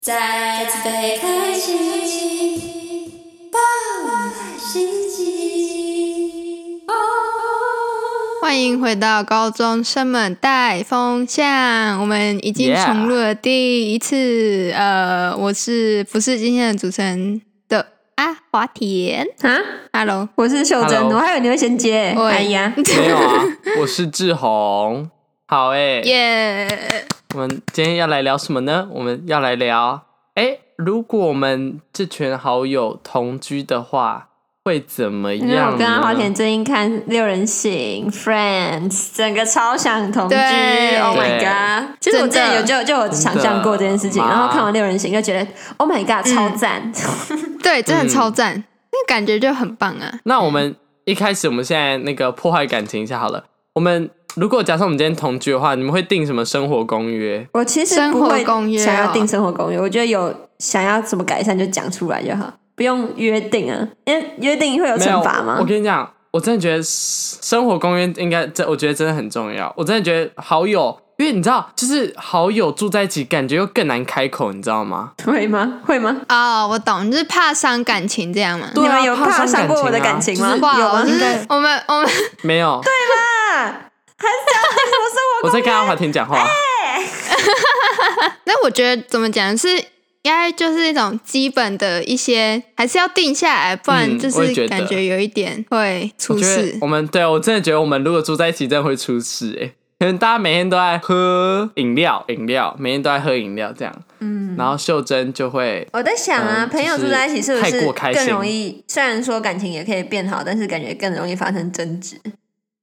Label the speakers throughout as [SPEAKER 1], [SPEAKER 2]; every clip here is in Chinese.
[SPEAKER 1] 再次被开启，爆满心机。
[SPEAKER 2] 欢迎回到高中生们带风向，我们已经
[SPEAKER 3] Yeah
[SPEAKER 2] 重录了第一次。呃，我是不是今天的主持人的阿华田
[SPEAKER 4] 啊，
[SPEAKER 2] ？Hello，
[SPEAKER 4] 我是秀珍，
[SPEAKER 3] Hello
[SPEAKER 4] 我还以为你会先接。
[SPEAKER 2] 喂
[SPEAKER 4] 哎呀，
[SPEAKER 3] 没有啊，我是志宏。好诶、
[SPEAKER 2] 耶、
[SPEAKER 3] 我们今天要来聊什么呢？我们要来聊，哎、如果我们这群好友同居的话，会怎么
[SPEAKER 4] 因为我
[SPEAKER 3] 样？
[SPEAKER 4] 跟阿华田，最近看《六人
[SPEAKER 1] 嗯
[SPEAKER 4] 行》（Friends），整个超想同居。
[SPEAKER 2] 对
[SPEAKER 4] Oh
[SPEAKER 3] 对
[SPEAKER 4] my god！其实我之
[SPEAKER 2] 真
[SPEAKER 4] 前
[SPEAKER 2] 的
[SPEAKER 4] 有就就有想象过这件事情，
[SPEAKER 3] 妈
[SPEAKER 4] 然后看完《六人行》就觉得 Oh
[SPEAKER 1] 嗯
[SPEAKER 4] my god，超赞！
[SPEAKER 2] 对，真的
[SPEAKER 3] 嗯
[SPEAKER 2] 超赞，那感觉就很棒啊。
[SPEAKER 3] 那我们一开始，我们现在那个破坏感情一下好了。我们如果假设我们今天同居的话，你们会定什么生活公约？
[SPEAKER 4] 我其实
[SPEAKER 2] 生
[SPEAKER 4] 不
[SPEAKER 2] 活
[SPEAKER 4] 会
[SPEAKER 2] 公约
[SPEAKER 4] 想要
[SPEAKER 2] 哦
[SPEAKER 4] 定生活公约，我觉得有想要怎么改善就讲出来就好，不用约定啊，因为约定会有
[SPEAKER 3] 没有
[SPEAKER 4] 惩罚吗
[SPEAKER 3] 我？跟你讲，我真的觉得生活公约应该，这我觉得真的很重要。我真的觉得好友，因为你知道，就是好友住在一起，感觉又更难开口，你知道吗？
[SPEAKER 4] 会吗？会吗？
[SPEAKER 2] 哦、我懂，就是怕伤感情这样嘛。
[SPEAKER 3] 对
[SPEAKER 4] 你
[SPEAKER 3] 啊
[SPEAKER 4] 们有
[SPEAKER 3] 怕
[SPEAKER 4] 怕
[SPEAKER 3] 伤
[SPEAKER 4] 伤
[SPEAKER 3] 感
[SPEAKER 4] 过我的
[SPEAKER 3] 情啊
[SPEAKER 4] 感情
[SPEAKER 3] 就
[SPEAKER 4] 吗？
[SPEAKER 3] 是
[SPEAKER 4] 有
[SPEAKER 2] 哇，我
[SPEAKER 4] 吗？
[SPEAKER 2] 们我们我们
[SPEAKER 3] 没有，我在跟阿华田讲话。
[SPEAKER 2] 那我觉得怎么讲是，应该就是一种基本的一些，还是要定下来，不然
[SPEAKER 3] 嗯
[SPEAKER 2] 就
[SPEAKER 3] 我
[SPEAKER 2] 是
[SPEAKER 3] 也觉得
[SPEAKER 2] 感觉有一点会
[SPEAKER 3] 我
[SPEAKER 2] 出
[SPEAKER 3] 觉得
[SPEAKER 2] 事
[SPEAKER 3] 我。们对我真的觉得我们如果住在一起，真的会出事哎、欸。可能大家每天都在喝饮料，饮料每天都在喝饮料这样，嗯，然后秀珍就会
[SPEAKER 4] 我在想啊，
[SPEAKER 3] 嗯
[SPEAKER 4] 朋友
[SPEAKER 3] 就是
[SPEAKER 4] 住在一起是不
[SPEAKER 3] 太
[SPEAKER 4] 是
[SPEAKER 3] 过开心
[SPEAKER 4] 更容易？虽然说感情也可以变好，但是感觉更容易发生争执，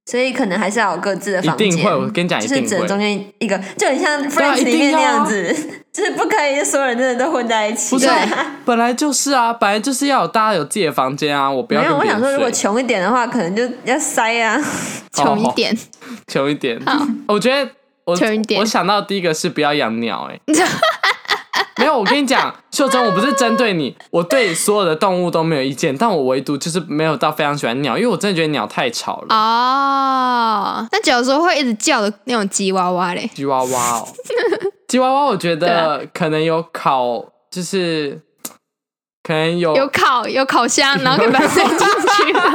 [SPEAKER 4] 所以可能还是要有各自的
[SPEAKER 3] 一
[SPEAKER 4] 房间。
[SPEAKER 3] 定会，我跟你讲一
[SPEAKER 4] 就
[SPEAKER 3] 定
[SPEAKER 4] 是只 能
[SPEAKER 3] 会，
[SPEAKER 4] 中间一个，就很像
[SPEAKER 3] 啊
[SPEAKER 4] Friends
[SPEAKER 3] 一定
[SPEAKER 4] 里面那
[SPEAKER 3] 要啊
[SPEAKER 4] 样子， 就是不可以所有人真的都混在一起。
[SPEAKER 3] 不是
[SPEAKER 2] 对
[SPEAKER 3] 啊本来就是啊，本来就是要有大家有自己的房间啊，我不要
[SPEAKER 4] 没有，
[SPEAKER 3] 跟
[SPEAKER 4] 我
[SPEAKER 3] 别人
[SPEAKER 4] 想说，如果
[SPEAKER 3] 睡，
[SPEAKER 4] 穷一点的话，可能就要塞啊。
[SPEAKER 2] 穷一点，
[SPEAKER 3] 穷一点， 我觉得我
[SPEAKER 2] 穷一点
[SPEAKER 3] 我想到第一个是不要养鸟 哎、欸没有，我跟你讲，秀珍，我不是针对你，我对所有的动物都没有意见，但我唯独就是没有到非常喜欢鸟，因为我真的觉得鸟太吵
[SPEAKER 4] 哦
[SPEAKER 3] 了。
[SPEAKER 2] 哦。那假如说会一直叫的那种吉娃娃嘞，
[SPEAKER 3] 吉娃娃 哦，吉娃娃，我觉
[SPEAKER 2] 对
[SPEAKER 3] 得可能有烤，就是可能
[SPEAKER 4] 哦啊
[SPEAKER 3] 有
[SPEAKER 2] 有烤有烤 箱，然后可以把它塞进去。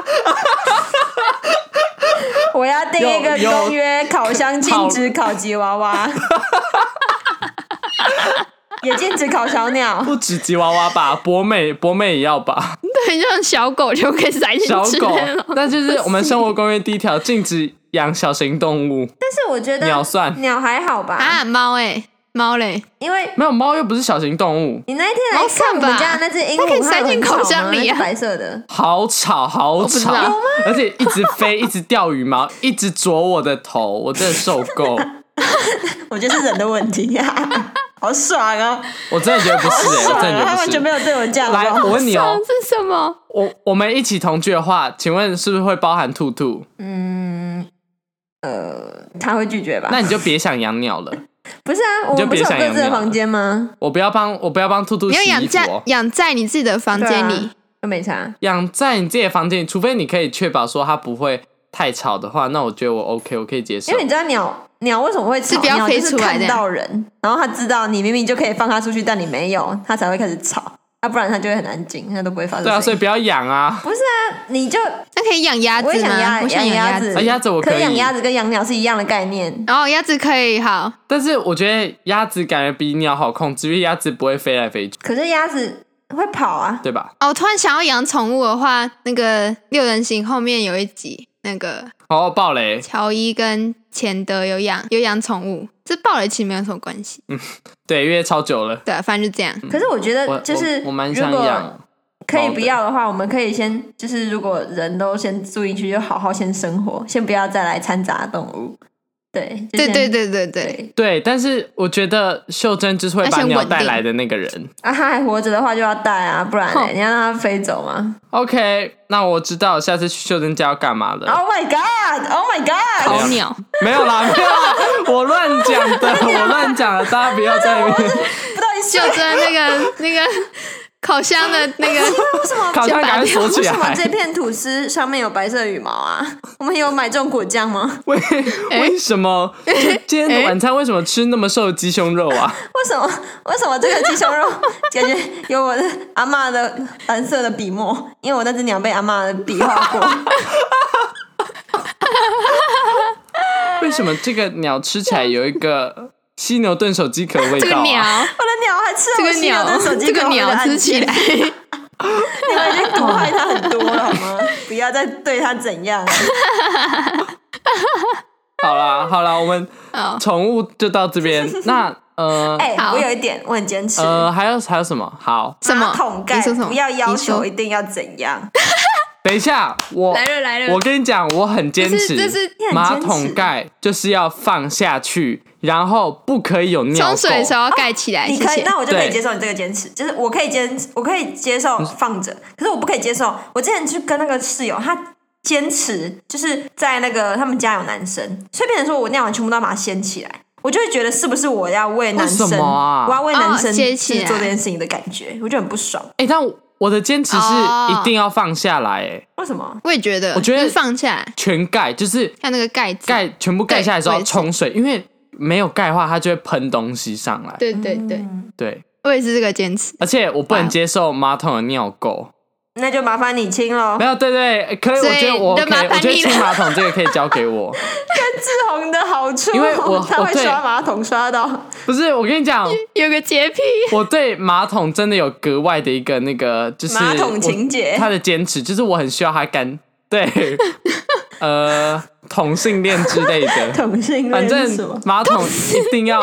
[SPEAKER 4] 我要定一个
[SPEAKER 3] 有有
[SPEAKER 4] 公约，烤箱禁
[SPEAKER 3] 烤
[SPEAKER 4] 止烤吉 娃娃，也禁止烤小鸟。
[SPEAKER 3] 不止吉娃娃吧，博美博美也要吧，
[SPEAKER 2] 对，就像小狗就可以塞进
[SPEAKER 3] 小
[SPEAKER 2] 去
[SPEAKER 3] 狗
[SPEAKER 2] 那种。，
[SPEAKER 3] 那就是我们生活公约第一条，禁止养小型动物，
[SPEAKER 4] 但是我觉得
[SPEAKER 3] 鸟算
[SPEAKER 4] 鸟还好吧，
[SPEAKER 2] 啊，猫哎、猫嘞，
[SPEAKER 4] 因为
[SPEAKER 3] 没有猫又不是小型动物，
[SPEAKER 4] 你那一天来看我
[SPEAKER 2] 猫算吧
[SPEAKER 4] 们家那只鹦鹉，
[SPEAKER 2] 它可以塞进
[SPEAKER 4] 它很
[SPEAKER 2] 口箱
[SPEAKER 4] 吵吗
[SPEAKER 2] 里啊
[SPEAKER 4] 那只白色的。
[SPEAKER 3] 好吵好
[SPEAKER 2] 不知
[SPEAKER 3] 吵
[SPEAKER 2] 道有吗，
[SPEAKER 3] 而且一直飞，一直掉羽毛， 一直啄我的头，我真的受 够，
[SPEAKER 4] 我觉得是人的问题呀、好爽哦，
[SPEAKER 3] 我真的觉得不是、
[SPEAKER 2] 啊
[SPEAKER 3] 欸，我真的觉
[SPEAKER 4] 他完
[SPEAKER 3] 得
[SPEAKER 4] 全
[SPEAKER 3] 不
[SPEAKER 4] 没
[SPEAKER 3] 是。
[SPEAKER 4] 有对我这样。Oh
[SPEAKER 3] 来，
[SPEAKER 4] 好不
[SPEAKER 3] 我
[SPEAKER 4] 好
[SPEAKER 3] 问你
[SPEAKER 2] 上
[SPEAKER 3] 哦、
[SPEAKER 2] 啊是什么？
[SPEAKER 3] 我我们一起同居的话，请问是不是会包含兔兔？
[SPEAKER 4] 嗯，呃，他会拒绝吧？
[SPEAKER 3] 那你就别想养鸟了。
[SPEAKER 4] 不是啊，我
[SPEAKER 3] 就
[SPEAKER 4] 们不
[SPEAKER 3] 别
[SPEAKER 4] 是有
[SPEAKER 3] 想
[SPEAKER 4] 各
[SPEAKER 3] 养
[SPEAKER 4] 自的
[SPEAKER 3] 鸟
[SPEAKER 4] 房间吗？
[SPEAKER 3] 我不要帮，我不要帮兔兔
[SPEAKER 2] 你要
[SPEAKER 3] 洗
[SPEAKER 2] 养
[SPEAKER 3] 衣服、
[SPEAKER 2] 在
[SPEAKER 3] 哦。
[SPEAKER 2] 养在你自己的房
[SPEAKER 4] 对
[SPEAKER 2] 间
[SPEAKER 4] 啊
[SPEAKER 2] 里，
[SPEAKER 4] 又没差。
[SPEAKER 3] 养在你自己的房间里，除非你可以确保说它不会太吵的话，那我觉得我 OK，我可以接受
[SPEAKER 4] 因为。你知道鸟鸟为什么会
[SPEAKER 2] 是
[SPEAKER 4] 吵？
[SPEAKER 2] 不要
[SPEAKER 4] 鸟
[SPEAKER 2] 飞
[SPEAKER 4] 就是
[SPEAKER 2] 出来
[SPEAKER 4] 看
[SPEAKER 2] 的
[SPEAKER 4] 到人，然后它知道你明明就可以放它出去，但你没有，它才会开始吵。啊，不然它就会很安静，它都不会发出
[SPEAKER 3] 对
[SPEAKER 4] 声
[SPEAKER 3] 啊，
[SPEAKER 4] 音。
[SPEAKER 3] 所以不要养啊。
[SPEAKER 4] 不是啊，你就
[SPEAKER 2] 那可以养鸭子吗？
[SPEAKER 4] 我也想鸭
[SPEAKER 2] 我想
[SPEAKER 4] 养
[SPEAKER 2] 鸭
[SPEAKER 4] 鸭子
[SPEAKER 3] 啊，鸭子我
[SPEAKER 4] 可
[SPEAKER 3] 以，
[SPEAKER 4] 养鸭子跟养鸟是一样的概念。
[SPEAKER 2] 哦，鸭子可以好，
[SPEAKER 3] 但是我觉得鸭子感觉比鸟好控制，因为鸭子不会飞来飞去，
[SPEAKER 4] 可是鸭子会跑啊，
[SPEAKER 3] 对吧？
[SPEAKER 2] 哦，我突然想要养宠物的话，那个六人行后面有一集，那个
[SPEAKER 3] 哦，暴雷，
[SPEAKER 2] 乔伊跟钱德有养有养宠物，这暴雷其实没有什么关系。
[SPEAKER 3] 对，因为超久了。
[SPEAKER 2] 对啊、反正就这样。
[SPEAKER 4] 可是我觉
[SPEAKER 3] 我
[SPEAKER 4] 得呃就是
[SPEAKER 3] 我我蛮
[SPEAKER 4] 如
[SPEAKER 3] 想
[SPEAKER 4] 果
[SPEAKER 3] 养，
[SPEAKER 4] 可以不要的话，我们可以先就是如果人都先住进去，就好好先生活，先不要再来掺杂动物。对，就
[SPEAKER 2] 对
[SPEAKER 4] 先
[SPEAKER 2] 对对对对，
[SPEAKER 4] 对
[SPEAKER 3] 对，但是我觉得秀珍就是会
[SPEAKER 2] 而且
[SPEAKER 3] 把鸟
[SPEAKER 2] 稳定
[SPEAKER 3] 带来的那个人。
[SPEAKER 4] 啊，它还活着的话就要带啊，不然、
[SPEAKER 2] 哼
[SPEAKER 4] 欸、你要让它飞走吗
[SPEAKER 3] OK，那我知道下次去秀珍家要干嘛了。
[SPEAKER 4] ？Oh my god! Oh my god!
[SPEAKER 2] 好鸟，
[SPEAKER 3] 没有啦，没有啦，我乱讲 的，我乱讲的，大家不要在那边。
[SPEAKER 4] 不到底
[SPEAKER 2] 就真那个那个烤箱的那个
[SPEAKER 4] 为什么
[SPEAKER 3] 烤箱赶快锁起
[SPEAKER 4] 为什么
[SPEAKER 3] 来。
[SPEAKER 4] 这片吐司上面有白色羽毛啊？我们有买这种果酱吗？
[SPEAKER 3] 为为什么、就今天的晚餐为什么吃那么瘦的鸡胸肉啊？
[SPEAKER 4] 为什么为什么这个鸡胸肉感觉有我的阿嬷的蓝色的笔墨？因为我那只鸟被阿嬷的笔画 过。
[SPEAKER 3] 为什么这个鸟吃起来有一个犀牛炖手机壳味
[SPEAKER 2] 这
[SPEAKER 3] 道、
[SPEAKER 2] 个鸟
[SPEAKER 3] 啊？，
[SPEAKER 4] 我的鸟还吃了
[SPEAKER 2] 这
[SPEAKER 4] 我
[SPEAKER 2] 个
[SPEAKER 4] 室友
[SPEAKER 2] 鸟
[SPEAKER 4] 的手，机
[SPEAKER 2] 这个
[SPEAKER 4] 壳我的
[SPEAKER 2] 鸟
[SPEAKER 4] 按
[SPEAKER 2] 吃起
[SPEAKER 4] 键
[SPEAKER 2] 来，
[SPEAKER 4] 你们已经毒害它很多了好吗？不要再对它 怎样了。
[SPEAKER 3] 好啦好啦，我们
[SPEAKER 2] 哦，
[SPEAKER 3] 宠物就到这边。 那呃、
[SPEAKER 4] 哎、
[SPEAKER 2] 好
[SPEAKER 4] 我有一点，我很坚持。
[SPEAKER 3] 呃，还有还有什么？好，
[SPEAKER 2] 什么
[SPEAKER 4] 马桶
[SPEAKER 2] 你
[SPEAKER 4] 盖
[SPEAKER 2] 说什么
[SPEAKER 4] 不要要求
[SPEAKER 2] 你
[SPEAKER 4] 一定要怎样，
[SPEAKER 3] 等一下我
[SPEAKER 2] 来了来了
[SPEAKER 3] 我跟你讲，我很坚持，
[SPEAKER 2] 这是这是
[SPEAKER 4] 你很坚持
[SPEAKER 3] 马桶盖就是要放下去，然后不可以有
[SPEAKER 2] 冲
[SPEAKER 3] 尿垢。
[SPEAKER 2] 水的时候要盖起来，
[SPEAKER 4] 哦你
[SPEAKER 2] 谢
[SPEAKER 4] 可以，
[SPEAKER 2] 谢。
[SPEAKER 4] 那我就可以
[SPEAKER 3] 哎对嗯
[SPEAKER 4] 接受你这个坚持，就是我可以坚，我可以接受放着，可是我不可以接受。我之前去跟那个室友，他坚持就是在那个他们家有男生，所以变成说我尿完全部都要把它掀起来，我就会觉得是不是我要为男生，
[SPEAKER 3] 为什么啊
[SPEAKER 4] 我要为男生
[SPEAKER 2] 哦
[SPEAKER 4] 去
[SPEAKER 2] 掀起来
[SPEAKER 4] 做这件事情的感觉，我就很不爽。
[SPEAKER 3] 哎、但我我的坚持是
[SPEAKER 2] 哦
[SPEAKER 3] 一定要放下来、哎、
[SPEAKER 4] 为什么？
[SPEAKER 2] 我也觉得，
[SPEAKER 3] 我觉得
[SPEAKER 2] 就是放下来，
[SPEAKER 3] 全盖就是
[SPEAKER 2] 看那个盖子，
[SPEAKER 3] 盖全部盖下来之
[SPEAKER 2] 对我
[SPEAKER 3] 后
[SPEAKER 2] 也是
[SPEAKER 3] 冲水，因为没有盖的话，它就会喷东西上来。
[SPEAKER 2] 对对对，
[SPEAKER 4] 嗯
[SPEAKER 3] 对，
[SPEAKER 2] 我也是这个坚持。
[SPEAKER 3] 而且我不能
[SPEAKER 2] 哇
[SPEAKER 3] 接受马桶有尿垢。
[SPEAKER 4] 那就麻烦你亲喽
[SPEAKER 3] 没。有，对对，可以，
[SPEAKER 2] 所以
[SPEAKER 3] 我觉得我可
[SPEAKER 2] 就麻
[SPEAKER 3] 以，
[SPEAKER 2] 烦
[SPEAKER 3] 我觉得
[SPEAKER 2] 你了
[SPEAKER 3] 清马桶这个可以交给我。
[SPEAKER 4] 志宏的好处，
[SPEAKER 3] 因为我 哦
[SPEAKER 4] 他会
[SPEAKER 3] 我对
[SPEAKER 4] 刷马桶刷到，
[SPEAKER 3] 不是，我跟你讲，
[SPEAKER 2] 有个洁癖，
[SPEAKER 3] 我对马桶真的有格外的一个那个，就是
[SPEAKER 4] 马桶情节
[SPEAKER 3] 我他的坚持就是我很需要他干，对，呃，同性恋之类的，
[SPEAKER 4] 同性
[SPEAKER 3] 反
[SPEAKER 4] 恋是什么
[SPEAKER 3] 正？马桶一定要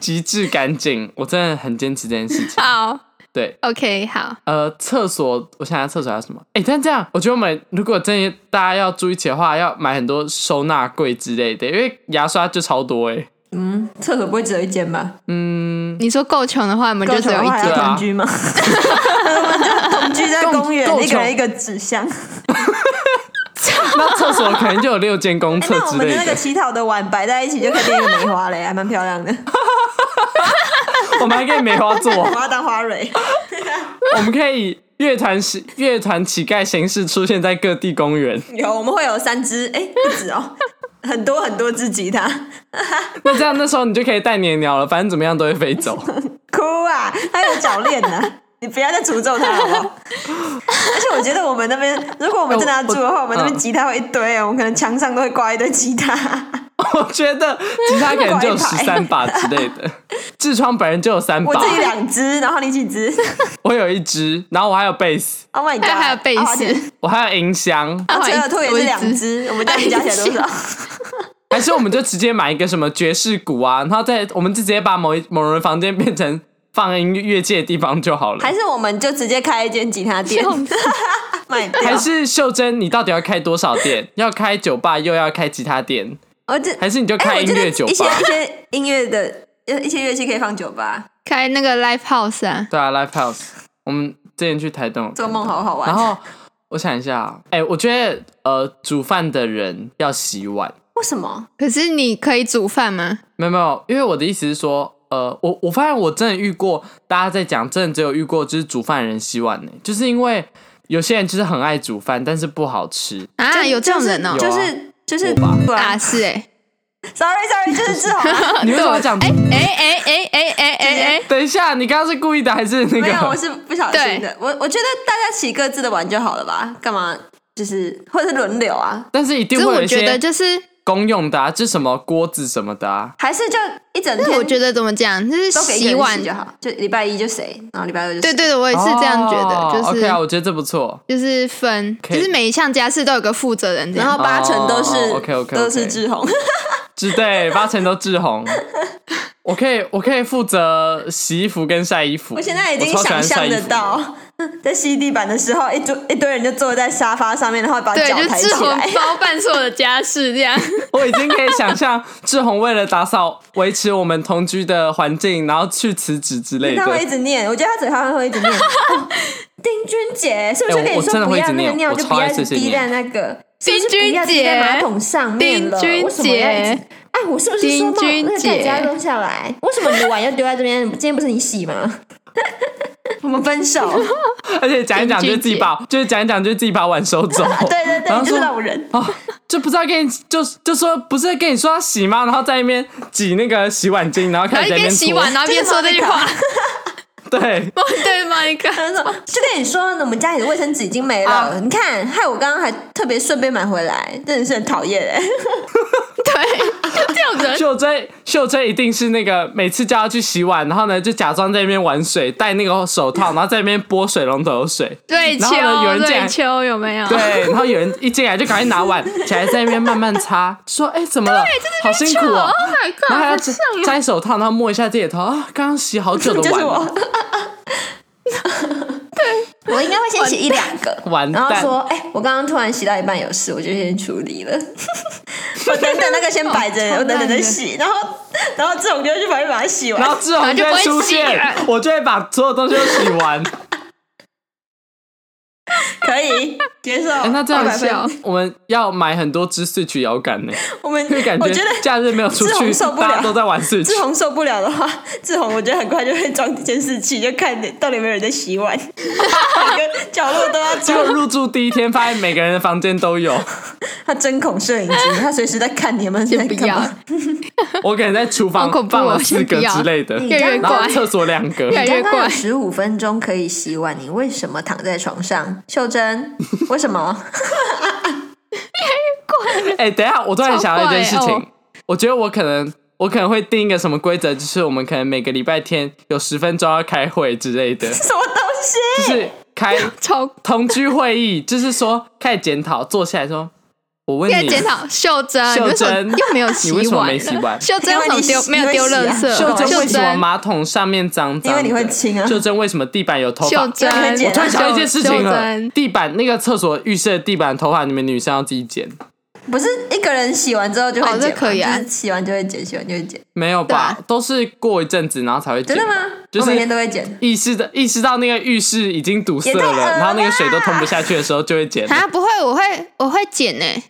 [SPEAKER 3] 极致干净，我真的很坚持这件事情。
[SPEAKER 2] 好
[SPEAKER 3] 对，
[SPEAKER 2] ，OK，好，
[SPEAKER 3] 呃，厕所，我想想厕所还有什么？哎、但这样，我觉得我们如果真的大家要住一起的话，要买很多收纳柜之类的，因为牙刷就超多哎、
[SPEAKER 4] 厕所不会只有一间吧？
[SPEAKER 3] 嗯，
[SPEAKER 2] 你说够穷的话，我们就
[SPEAKER 4] 够
[SPEAKER 2] 只
[SPEAKER 4] 穷
[SPEAKER 2] 有一
[SPEAKER 4] 的话还
[SPEAKER 2] 间
[SPEAKER 3] 对
[SPEAKER 4] 要
[SPEAKER 3] 啊
[SPEAKER 4] 同居 吗？同居在公
[SPEAKER 3] 够
[SPEAKER 4] 园，一个
[SPEAKER 3] 够
[SPEAKER 4] 人一个纸箱。
[SPEAKER 3] 那厕所可能就有六间公厕
[SPEAKER 4] 哎那我
[SPEAKER 3] 之
[SPEAKER 4] 们
[SPEAKER 3] 类
[SPEAKER 4] 的那个
[SPEAKER 3] 的，
[SPEAKER 4] 乞讨的碗摆在一起，就可以变一个梅花嘞，还蛮漂亮 的。
[SPEAKER 3] 我们还可以梅花座，
[SPEAKER 4] 我要当花蕊，
[SPEAKER 3] 我们可以乐团是乐团乞丐形式出现在各地公 园。
[SPEAKER 4] 有我们会有三只，哎，不止哦，很多很多只吉他。
[SPEAKER 3] 那这样那时候你就可以带你的鸟了，反正怎么样都会飞 走。
[SPEAKER 4] 哭啊，还有脚链呢。你不要再诅咒他好不好？而且我觉得我们那边，如果我们真的要住的话，我们那边吉他会一堆哦，我们可能墙上都会挂一堆吉他。
[SPEAKER 3] 我觉得吉他可能就有
[SPEAKER 4] 乖
[SPEAKER 3] 十
[SPEAKER 4] 乖
[SPEAKER 3] 三把之类的，痔疮本人就有三把
[SPEAKER 4] 我，自己两只，然后你几只
[SPEAKER 3] 我有一只，然后我还有贝斯，
[SPEAKER 4] ？Oh my god！
[SPEAKER 2] 还有贝
[SPEAKER 4] 啊
[SPEAKER 2] 斯，
[SPEAKER 3] 我还有音箱，
[SPEAKER 4] 我折耳兔也是两只，我们这样加起来多少？
[SPEAKER 3] 还是我们就直接买一个什么爵士鼓啊，然后再我们就直接把某一某人房间变成放音乐界的地方就好了。
[SPEAKER 4] 还是我们就直接开一间吉他店卖掉？
[SPEAKER 3] 还是秀珍，你到底要开多少店？要开酒吧，又要开吉他店，
[SPEAKER 4] 我这
[SPEAKER 3] 还是你就
[SPEAKER 4] 哎
[SPEAKER 3] 开
[SPEAKER 4] 我
[SPEAKER 3] 音
[SPEAKER 4] 觉得
[SPEAKER 3] 乐酒
[SPEAKER 4] 一些
[SPEAKER 3] 吧？
[SPEAKER 4] 一些音乐的呃一些乐器可以放酒吧，
[SPEAKER 2] 开那个 live house 啊，
[SPEAKER 3] 对啊，Live House，我们之前去台东有看到
[SPEAKER 4] 做梦好好玩。
[SPEAKER 3] 然后我想一下啊，哎、我觉得呃，煮饭的人要洗碗，
[SPEAKER 4] 为什么？
[SPEAKER 2] 可是你可以煮饭吗？
[SPEAKER 3] 没有没有，因为我的意思是说，呃，我我发现我真的遇过，大家在讲，真的只有遇过就是煮饭的人洗碗呢、欸就是因为有些人就是很爱煮饭，但是不好吃。
[SPEAKER 2] 啊，有这种人哦，
[SPEAKER 3] 有
[SPEAKER 4] 就
[SPEAKER 3] 啊
[SPEAKER 4] 是就是
[SPEAKER 3] 我吧
[SPEAKER 4] 对
[SPEAKER 2] 啊
[SPEAKER 4] 啊
[SPEAKER 2] 是哎，
[SPEAKER 4] ，sorry sorry，就是志宏 啊。
[SPEAKER 3] 你为什么要讲？
[SPEAKER 2] 哎哎哎哎哎哎哎，
[SPEAKER 3] 等一下，你刚刚是故意的还是那
[SPEAKER 4] 没有，我
[SPEAKER 3] 个？
[SPEAKER 4] 是不小心的。我我觉得大家洗各自的玩就好了吧？干嘛？就是或者是轮流啊，
[SPEAKER 3] 但是一定
[SPEAKER 2] 只是
[SPEAKER 3] 会有
[SPEAKER 2] 我
[SPEAKER 3] 一
[SPEAKER 2] 觉得
[SPEAKER 3] 些
[SPEAKER 2] 就是，
[SPEAKER 3] 公用的、啊，就什么锅子什么的啊。
[SPEAKER 4] 还是就一整
[SPEAKER 2] 但
[SPEAKER 4] 天？
[SPEAKER 2] 我觉得怎么讲，就是
[SPEAKER 4] 都给一个
[SPEAKER 2] 洗
[SPEAKER 4] 人
[SPEAKER 2] 碗
[SPEAKER 4] 洗，就好，就礼拜一就谁，然后礼拜二就谁
[SPEAKER 2] 对对对，我也是这样觉
[SPEAKER 3] 哦
[SPEAKER 2] 得，就
[SPEAKER 3] OK 啊，
[SPEAKER 2] 是
[SPEAKER 3] 我觉得这不错。
[SPEAKER 2] 就是分，
[SPEAKER 3] 可以
[SPEAKER 2] 就是每一项家事都有个负责人这
[SPEAKER 4] 然
[SPEAKER 2] 样，
[SPEAKER 4] 后八成都是、
[SPEAKER 3] 哦，OK，OK，OK
[SPEAKER 4] 都是志宏，
[SPEAKER 3] 志对，八成都 志宏。我可以，我可以负责洗衣服跟晒衣服。
[SPEAKER 4] 我现在已经
[SPEAKER 3] 我超喜
[SPEAKER 4] 想
[SPEAKER 3] 欢晒
[SPEAKER 4] 象
[SPEAKER 3] 衣服
[SPEAKER 4] 得到， 在吸地板的时候，一堆一堆人就坐在沙发上面，然后把
[SPEAKER 2] 对，
[SPEAKER 4] 脚
[SPEAKER 2] 就
[SPEAKER 4] 抬
[SPEAKER 2] 志
[SPEAKER 4] 起
[SPEAKER 2] 宏
[SPEAKER 4] 来。
[SPEAKER 2] 包办所有的家事这样，
[SPEAKER 3] 我已经可以想象志宏为了打扫、维持我们同居的环境，然后去辞职之类的
[SPEAKER 4] 他。会一直念，我觉得他嘴巴会 一直念。哦丁君姐是不是
[SPEAKER 3] 哎
[SPEAKER 4] 跟
[SPEAKER 3] 我
[SPEAKER 4] 你
[SPEAKER 3] 我真
[SPEAKER 4] 说
[SPEAKER 3] 的
[SPEAKER 4] 不
[SPEAKER 3] 会一
[SPEAKER 4] 要
[SPEAKER 3] 直
[SPEAKER 4] 那个
[SPEAKER 3] 念
[SPEAKER 4] 尿
[SPEAKER 3] 我
[SPEAKER 4] 就
[SPEAKER 3] 超
[SPEAKER 4] 不
[SPEAKER 3] 爱
[SPEAKER 4] 要
[SPEAKER 3] 碎碎
[SPEAKER 4] 滴在
[SPEAKER 3] 念
[SPEAKER 4] 那个？是不
[SPEAKER 2] 丁
[SPEAKER 4] 是
[SPEAKER 2] 君
[SPEAKER 4] 不要滴在
[SPEAKER 2] 姐
[SPEAKER 4] 马桶上面
[SPEAKER 2] 丁
[SPEAKER 4] 了，
[SPEAKER 2] 君
[SPEAKER 4] 为什么要一直
[SPEAKER 2] 姐？
[SPEAKER 4] 哎，我是不是说
[SPEAKER 2] 丁君
[SPEAKER 4] 那个盖子要
[SPEAKER 2] 姐
[SPEAKER 4] 扔下来？为什么你的碗要丢在这边？今天不是你洗吗？ 我们分手。
[SPEAKER 3] 而且讲一讲就自己把，就是讲一讲就自己把碗收走。
[SPEAKER 4] 对对对，
[SPEAKER 3] 然后
[SPEAKER 4] 你就是
[SPEAKER 3] 说
[SPEAKER 4] 那种人。
[SPEAKER 3] 哦，就不知道跟你就就说不是跟你说要洗吗？然后在那边挤那个洗碗巾，然后
[SPEAKER 2] 然
[SPEAKER 3] 开
[SPEAKER 2] 后
[SPEAKER 3] 始
[SPEAKER 2] 一
[SPEAKER 3] 在那
[SPEAKER 2] 边
[SPEAKER 3] 边
[SPEAKER 2] 洗
[SPEAKER 3] 搓
[SPEAKER 4] 啊
[SPEAKER 2] 碗，然后一边说这句话，
[SPEAKER 3] 对，
[SPEAKER 2] 哦，对吗？你 看，
[SPEAKER 4] 他说：“就跟你说，我们家里的卫生纸已经没了。
[SPEAKER 3] 啊
[SPEAKER 4] 你看，害我刚刚还特别顺便买回来，真的是很讨厌哎、
[SPEAKER 2] 对，就这种人，
[SPEAKER 3] 秀珍秀珍一定是那个每次叫她去洗碗，然后呢就假装在那边玩水，戴那个手套，然后在那边拨水龙头的水。
[SPEAKER 2] 瑞秋
[SPEAKER 3] 然后呢有，人进来
[SPEAKER 2] 瑞秋有没有？
[SPEAKER 3] 对，然后有人一进来就赶快拿碗起来，在那边慢慢擦，说：“哎、怎么了？好辛 苦哦。
[SPEAKER 2] Oh my
[SPEAKER 3] 然后还要
[SPEAKER 2] god！
[SPEAKER 3] 摘摘手套，然后摸一下自己的头啊，刚刚洗好久的
[SPEAKER 4] 就是
[SPEAKER 3] 碗
[SPEAKER 4] 我
[SPEAKER 3] 哦，。
[SPEAKER 4] 对，我应该会先洗一两个，
[SPEAKER 3] 完
[SPEAKER 4] 然
[SPEAKER 3] 蛋
[SPEAKER 4] 后说：“哎、我刚刚突然洗到一半有事，我就先处理了。 我等等那个先摆着，
[SPEAKER 2] 哦
[SPEAKER 4] 我等等
[SPEAKER 2] 超烂
[SPEAKER 4] 再
[SPEAKER 2] 的
[SPEAKER 4] 洗。然后，然 后这种就去旁边把它洗完
[SPEAKER 3] 然。后志宏就会出现
[SPEAKER 2] 然后就不会洗，
[SPEAKER 3] 我就会把所有东西都洗完。
[SPEAKER 4] 可以接受。
[SPEAKER 3] 哎、那这样
[SPEAKER 4] 200分
[SPEAKER 2] 笑
[SPEAKER 3] 我们要买很多支四曲摇杆呢，
[SPEAKER 4] 我们
[SPEAKER 3] 因为感
[SPEAKER 4] 我觉得
[SPEAKER 3] 假日没有出
[SPEAKER 4] 志
[SPEAKER 3] 去
[SPEAKER 4] 宏，受不了
[SPEAKER 3] 大家都在玩四曲
[SPEAKER 4] 志。宏受不了的话，志宏我觉得很快就会装监视器，就看到底有没有人在洗 碗，每个角落都要
[SPEAKER 3] 结
[SPEAKER 4] 装
[SPEAKER 3] 果。入住第一天，发现每个人的房间都有。
[SPEAKER 4] 他针孔摄影机，他随时在看你们在
[SPEAKER 2] 先不
[SPEAKER 4] 干
[SPEAKER 2] 要
[SPEAKER 4] 嘛。
[SPEAKER 3] 我可能在厨
[SPEAKER 2] 好
[SPEAKER 3] 房
[SPEAKER 2] 恐怖哦
[SPEAKER 3] 放了四个之类的，
[SPEAKER 4] 先不要越来越
[SPEAKER 3] 然后
[SPEAKER 2] 怪
[SPEAKER 3] 厕所两个
[SPEAKER 2] 越。来越
[SPEAKER 4] 刚刚有
[SPEAKER 2] 怪
[SPEAKER 4] 十五分钟可以洗碗，你为什么躺在床上？秀珍，为什么？
[SPEAKER 3] 哎、等一下，我突然想到一件事
[SPEAKER 2] 超
[SPEAKER 3] 情，
[SPEAKER 2] 怪哦
[SPEAKER 3] 我觉得我可能我可能会定一个什么规则，就是我们可能每个礼拜天有十分钟要开会之类 的，
[SPEAKER 4] 什么东西？
[SPEAKER 3] 就是开
[SPEAKER 2] 超
[SPEAKER 3] 同居会议，就是说开始检讨，坐下来说，我问
[SPEAKER 2] 应该
[SPEAKER 3] 你，
[SPEAKER 2] 检 讨秀珍，
[SPEAKER 3] 秀
[SPEAKER 2] 你为什么
[SPEAKER 3] 珍
[SPEAKER 2] 又没有洗
[SPEAKER 3] 你为什么
[SPEAKER 2] 碗
[SPEAKER 3] 没洗碗
[SPEAKER 2] 了，秀珍为什么丢没有丢垃
[SPEAKER 4] 因为你
[SPEAKER 2] 圾？
[SPEAKER 4] 洗
[SPEAKER 3] 秀
[SPEAKER 4] 啊
[SPEAKER 3] 珍为
[SPEAKER 2] 秀
[SPEAKER 3] 什么
[SPEAKER 2] 珍，
[SPEAKER 3] 马桶上面脏脏的？
[SPEAKER 4] 因为你会亲啊
[SPEAKER 3] 秀珍为什么地板有头发
[SPEAKER 2] 秀？珍
[SPEAKER 4] 因为你会剪啊
[SPEAKER 3] 我突然想到一件事情
[SPEAKER 2] 秀
[SPEAKER 3] 了
[SPEAKER 2] 珍，
[SPEAKER 3] 地板那个厕所浴室的地板头发，你们女生要自己剪，
[SPEAKER 4] 不是一个人洗完之后就会
[SPEAKER 2] 哦
[SPEAKER 4] 剪
[SPEAKER 2] 这
[SPEAKER 4] 吗，
[SPEAKER 2] 可以啊
[SPEAKER 4] 就是洗完就会剪，洗完就会剪，
[SPEAKER 3] 没有
[SPEAKER 2] 对
[SPEAKER 3] 吧
[SPEAKER 2] 啊？
[SPEAKER 3] 都是过一阵子然后才会剪
[SPEAKER 4] 真
[SPEAKER 3] 吧。
[SPEAKER 4] 的吗？
[SPEAKER 3] 就
[SPEAKER 4] 我每
[SPEAKER 3] 是
[SPEAKER 4] 天都会剪。
[SPEAKER 3] 意识到意识到那个浴室已经堵塞
[SPEAKER 4] 也太恶
[SPEAKER 3] 了，
[SPEAKER 4] 了
[SPEAKER 3] 然后那个水都通不下去的时候，就会剪。
[SPEAKER 2] 啊，不会，我会我会剪欸呢、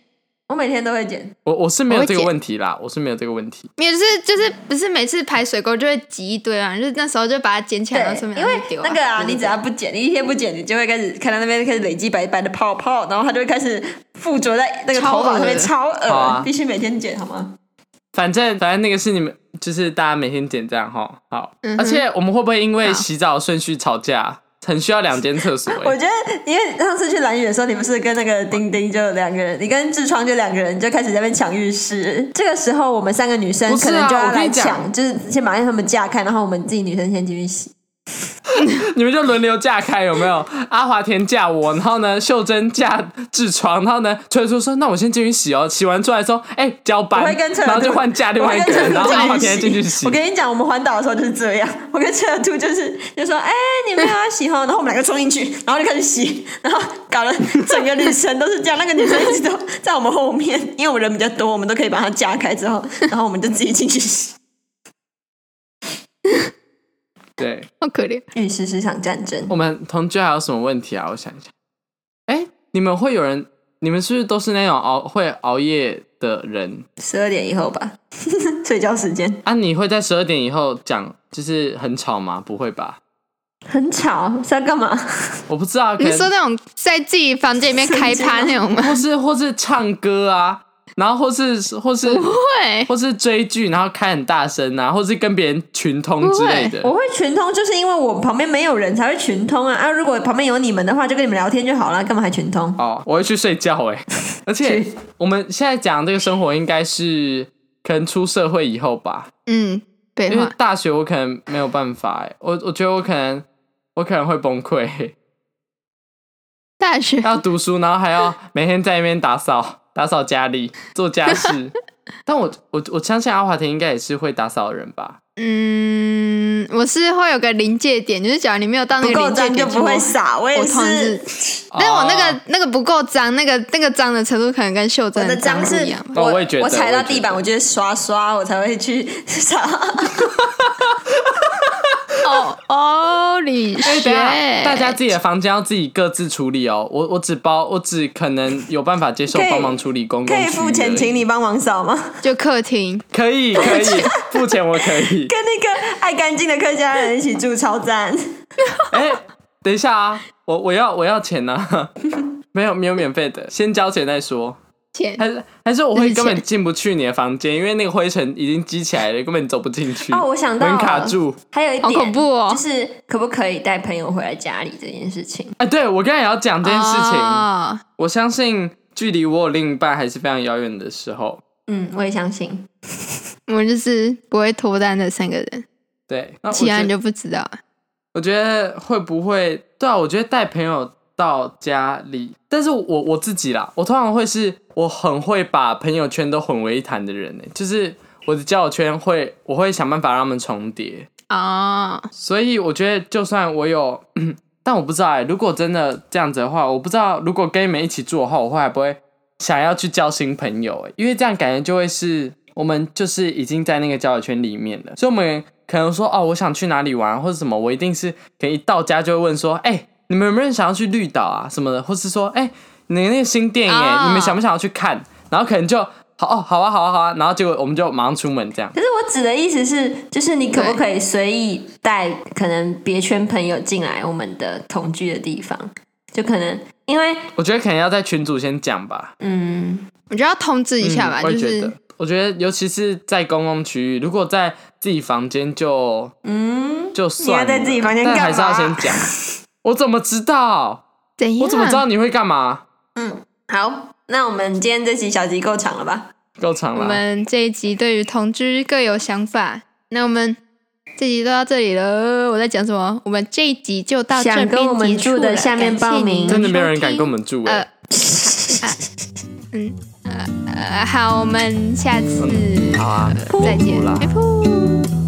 [SPEAKER 4] 我每天都会剪，
[SPEAKER 3] 我我是没有这
[SPEAKER 2] 我
[SPEAKER 3] 个
[SPEAKER 2] 会剪
[SPEAKER 3] 问题啦，我是没有这个问题。
[SPEAKER 2] 没有，就是就是不是每次排水沟就会挤一堆啊，就是那时候就把它捡起来，然后顺便
[SPEAKER 4] 对，因为
[SPEAKER 2] 拿去丢、
[SPEAKER 4] 那个啊，你只要不剪，你一天不剪，你就会开始看到那边开始累积白白的泡泡，然后它就会开始附着在那个头发上面，超
[SPEAKER 3] 好啊
[SPEAKER 4] 恶，必须每天剪，好吗？
[SPEAKER 3] 反正反正那个是你们，就是大家每天剪这样哈。好，
[SPEAKER 2] 嗯哼
[SPEAKER 3] 而且我们会不会因为
[SPEAKER 2] 好
[SPEAKER 3] 洗澡顺序吵架？很需要两间厕所、
[SPEAKER 4] 我
[SPEAKER 3] 欸。
[SPEAKER 4] 觉得，因为上次去蓝雨的时候，你不是跟那个丁丁就两个人，你跟痔疮就两个人就开始在那边抢浴室。这个时候，我们三个女生
[SPEAKER 3] 不是
[SPEAKER 4] 可
[SPEAKER 3] 啊
[SPEAKER 4] 能就要
[SPEAKER 3] 我跟你
[SPEAKER 4] 来
[SPEAKER 3] 讲
[SPEAKER 4] 抢，就是先把他们架开，然后我们自己女生先进去洗。
[SPEAKER 3] 你们就轮流架开有没有？阿华田架我，然后呢，秀珍架痔疮，然后呢，崔叔说：“那我先进去洗哦。”洗完出来说：“哎、交
[SPEAKER 4] 我
[SPEAKER 3] 班
[SPEAKER 4] 会。跟”陈
[SPEAKER 3] 然后就换架另外一个人，然后阿华田进去洗
[SPEAKER 4] 我。跟你讲，我们环岛的时候就是这样。我跟车兔就是就说：“哎、你们有要洗哈？”然后我们两个冲进去，然后就开始洗，然后搞了整个旅程都是这样。那个女生一直都在我们后面，因为我们人比较多，我们都可以把它架开之后，然后我们就自己进去 洗。
[SPEAKER 3] 对，
[SPEAKER 2] 好可怜。
[SPEAKER 4] 浴室是场战争，
[SPEAKER 3] 我们同居还有什么问题啊？我想一想，哎、你们会有人，你们是不是都是那种熬会熬夜的人
[SPEAKER 4] 十二点以后吧， 睡觉时间
[SPEAKER 3] 啊？你会在十二点以后讲，就是很吵吗？不会吧？
[SPEAKER 4] 很吵，是要干嘛？
[SPEAKER 3] 我不知道，可
[SPEAKER 2] 你是说
[SPEAKER 3] 能
[SPEAKER 2] 那种在自己房间里面开
[SPEAKER 3] 啊
[SPEAKER 2] 趴那种 吗？
[SPEAKER 3] 或是或是唱歌啊，然后或是或是
[SPEAKER 2] 会，
[SPEAKER 3] 或是追剧，然后开很大声啊，或是跟别人群通之类的
[SPEAKER 4] 我。会群通，就是因为我旁边没有人才会群通啊。啊，如果旁边有你们的话，就跟你们聊天就好了，干嘛还群通？
[SPEAKER 3] 哦，我会去睡觉哎、 而且
[SPEAKER 4] 去
[SPEAKER 3] 我们现在讲这个生活，应该是可能出社会以后吧。
[SPEAKER 2] 嗯，废
[SPEAKER 3] 因为
[SPEAKER 4] 哎
[SPEAKER 2] 话，
[SPEAKER 3] 大学我可能没有办法、欸，我我觉得我可能我可能会崩溃、
[SPEAKER 2] 大学
[SPEAKER 3] 要读书，然后还要每天在那边打扫打扫家里做家 事。但我我我相信阿华田应该也是会打扫的人吧？
[SPEAKER 2] 嗯，我是会有个临界点，就是假如你没有到那
[SPEAKER 4] 不
[SPEAKER 2] 个
[SPEAKER 4] 够
[SPEAKER 2] 临界
[SPEAKER 4] 脏就
[SPEAKER 2] 点，
[SPEAKER 4] 不会洒，我也
[SPEAKER 2] 我通常
[SPEAKER 4] 是
[SPEAKER 2] 是。
[SPEAKER 3] 哦
[SPEAKER 2] 但我那个、那个不够脏，那个那个脏的程度可能跟秀
[SPEAKER 4] 我
[SPEAKER 2] 珍
[SPEAKER 4] 的
[SPEAKER 2] 脏
[SPEAKER 4] 脏
[SPEAKER 2] 不
[SPEAKER 4] 是
[SPEAKER 2] 一 样吧。
[SPEAKER 3] 哦我也觉得
[SPEAKER 4] 我踩
[SPEAKER 3] 我
[SPEAKER 4] 到
[SPEAKER 3] 也觉
[SPEAKER 4] 地板，
[SPEAKER 3] 得
[SPEAKER 4] 我觉得刷刷，我才会 去擦。
[SPEAKER 2] 哦哦，李
[SPEAKER 3] 哎、等
[SPEAKER 2] 学
[SPEAKER 3] 一，下大家自己的房间要自己各自处理哦。我我只包，我只可能有办法接受
[SPEAKER 4] 可以
[SPEAKER 3] 帮忙处理公共
[SPEAKER 4] 可以
[SPEAKER 3] 区
[SPEAKER 4] 付
[SPEAKER 3] 域而
[SPEAKER 4] 钱
[SPEAKER 3] 已
[SPEAKER 4] 请你帮忙扫吗？
[SPEAKER 2] 就客厅，
[SPEAKER 3] 可以可以付钱，我可以。
[SPEAKER 4] 跟那个爱干净的客家人一起住，超赞。
[SPEAKER 3] 哎、等一下啊，我我要我要钱呐、啊， 没有没有免费的，先交钱再说。
[SPEAKER 2] 钱
[SPEAKER 3] 还是还是我会根
[SPEAKER 2] 这是
[SPEAKER 3] 本进不去你的房间，因为那个灰尘已经积起来了，根本走不进去。
[SPEAKER 4] 哦，我想到
[SPEAKER 3] 门卡
[SPEAKER 4] 了，
[SPEAKER 3] 住。
[SPEAKER 4] 还有一
[SPEAKER 2] 好
[SPEAKER 4] 点，
[SPEAKER 2] 恐怖哦
[SPEAKER 4] 就是可不可以带朋友回来家里这件事情？
[SPEAKER 3] 哎、对我刚才也要讲这件事情，
[SPEAKER 4] 啊
[SPEAKER 2] 哦
[SPEAKER 3] 我相信距离我有另一半还是非常遥远的时候。
[SPEAKER 4] 嗯，我也相信。
[SPEAKER 2] 我就是不会脱单的三个人，
[SPEAKER 3] 对，那我
[SPEAKER 2] 其他
[SPEAKER 3] 觉
[SPEAKER 2] 人
[SPEAKER 3] 得
[SPEAKER 2] 就不知道了。
[SPEAKER 3] 我觉得会不会？对啊，我觉得带朋友到家里，但是我我自己啦，我通常会是我很会把朋友圈都混为一谈的人呢、欸就是我的交友圈会，我会想办法让他们重叠。
[SPEAKER 2] 哦，
[SPEAKER 3] 所以我觉得，就算我有， 但我不知道哎、如果真的这样子的话，我不知道如果跟你们一起住的话，我会还不会想要去交新朋友哎、因为这样感觉就会是我们就是已经在那个交友圈里面了，所以我们可能说哦，我想去哪里玩或者什么，我一定是可能一到家就会问说，哎、你们有没有人想要去绿岛啊什么的，或是说，哎、你那个新电影哎、
[SPEAKER 2] 啊
[SPEAKER 3] 你们想不想要去看？然后可能就好哦，好啊，好啊，好啊，然后结果我们就马上出门这样。
[SPEAKER 4] 可是我指的意思是，就是你可不可以随意带可能别圈朋友进来我们的同居的地方？就可能因为
[SPEAKER 3] 我觉得可能要在群组先讲吧。
[SPEAKER 4] 嗯，
[SPEAKER 2] 我就要通知一下吧，
[SPEAKER 3] 嗯我也
[SPEAKER 2] 就
[SPEAKER 3] 觉
[SPEAKER 2] 是
[SPEAKER 3] 得，我觉得尤其是在公共区域，如果在自己房间就嗯就算了，
[SPEAKER 4] 你要在自己房间
[SPEAKER 3] 但还
[SPEAKER 4] 干
[SPEAKER 3] 是要
[SPEAKER 4] 嘛
[SPEAKER 3] 先 讲。我怎么知道？
[SPEAKER 2] 怎样？
[SPEAKER 3] 我怎么知道？你会干嘛？
[SPEAKER 4] 好，那我们今天这期小集够长了吧？
[SPEAKER 3] 够长
[SPEAKER 2] 我
[SPEAKER 3] 了，
[SPEAKER 2] 们这一集对于同居各有想法，那我们这集就到这里了。我在讲什么？我们这一集就到这边
[SPEAKER 4] 想跟我们
[SPEAKER 2] 结束
[SPEAKER 4] 住的
[SPEAKER 2] 了
[SPEAKER 4] 下面
[SPEAKER 2] 感谢
[SPEAKER 4] 报
[SPEAKER 2] 您
[SPEAKER 4] 名
[SPEAKER 2] 的
[SPEAKER 3] 真的没有人
[SPEAKER 2] 收
[SPEAKER 3] 敢
[SPEAKER 2] 听
[SPEAKER 3] 跟我们住哎、
[SPEAKER 2] 呃，啊啊嗯呃呃，好，我们下次
[SPEAKER 3] 好啊，
[SPEAKER 2] 再见哎
[SPEAKER 3] 不啦，
[SPEAKER 2] 拜拜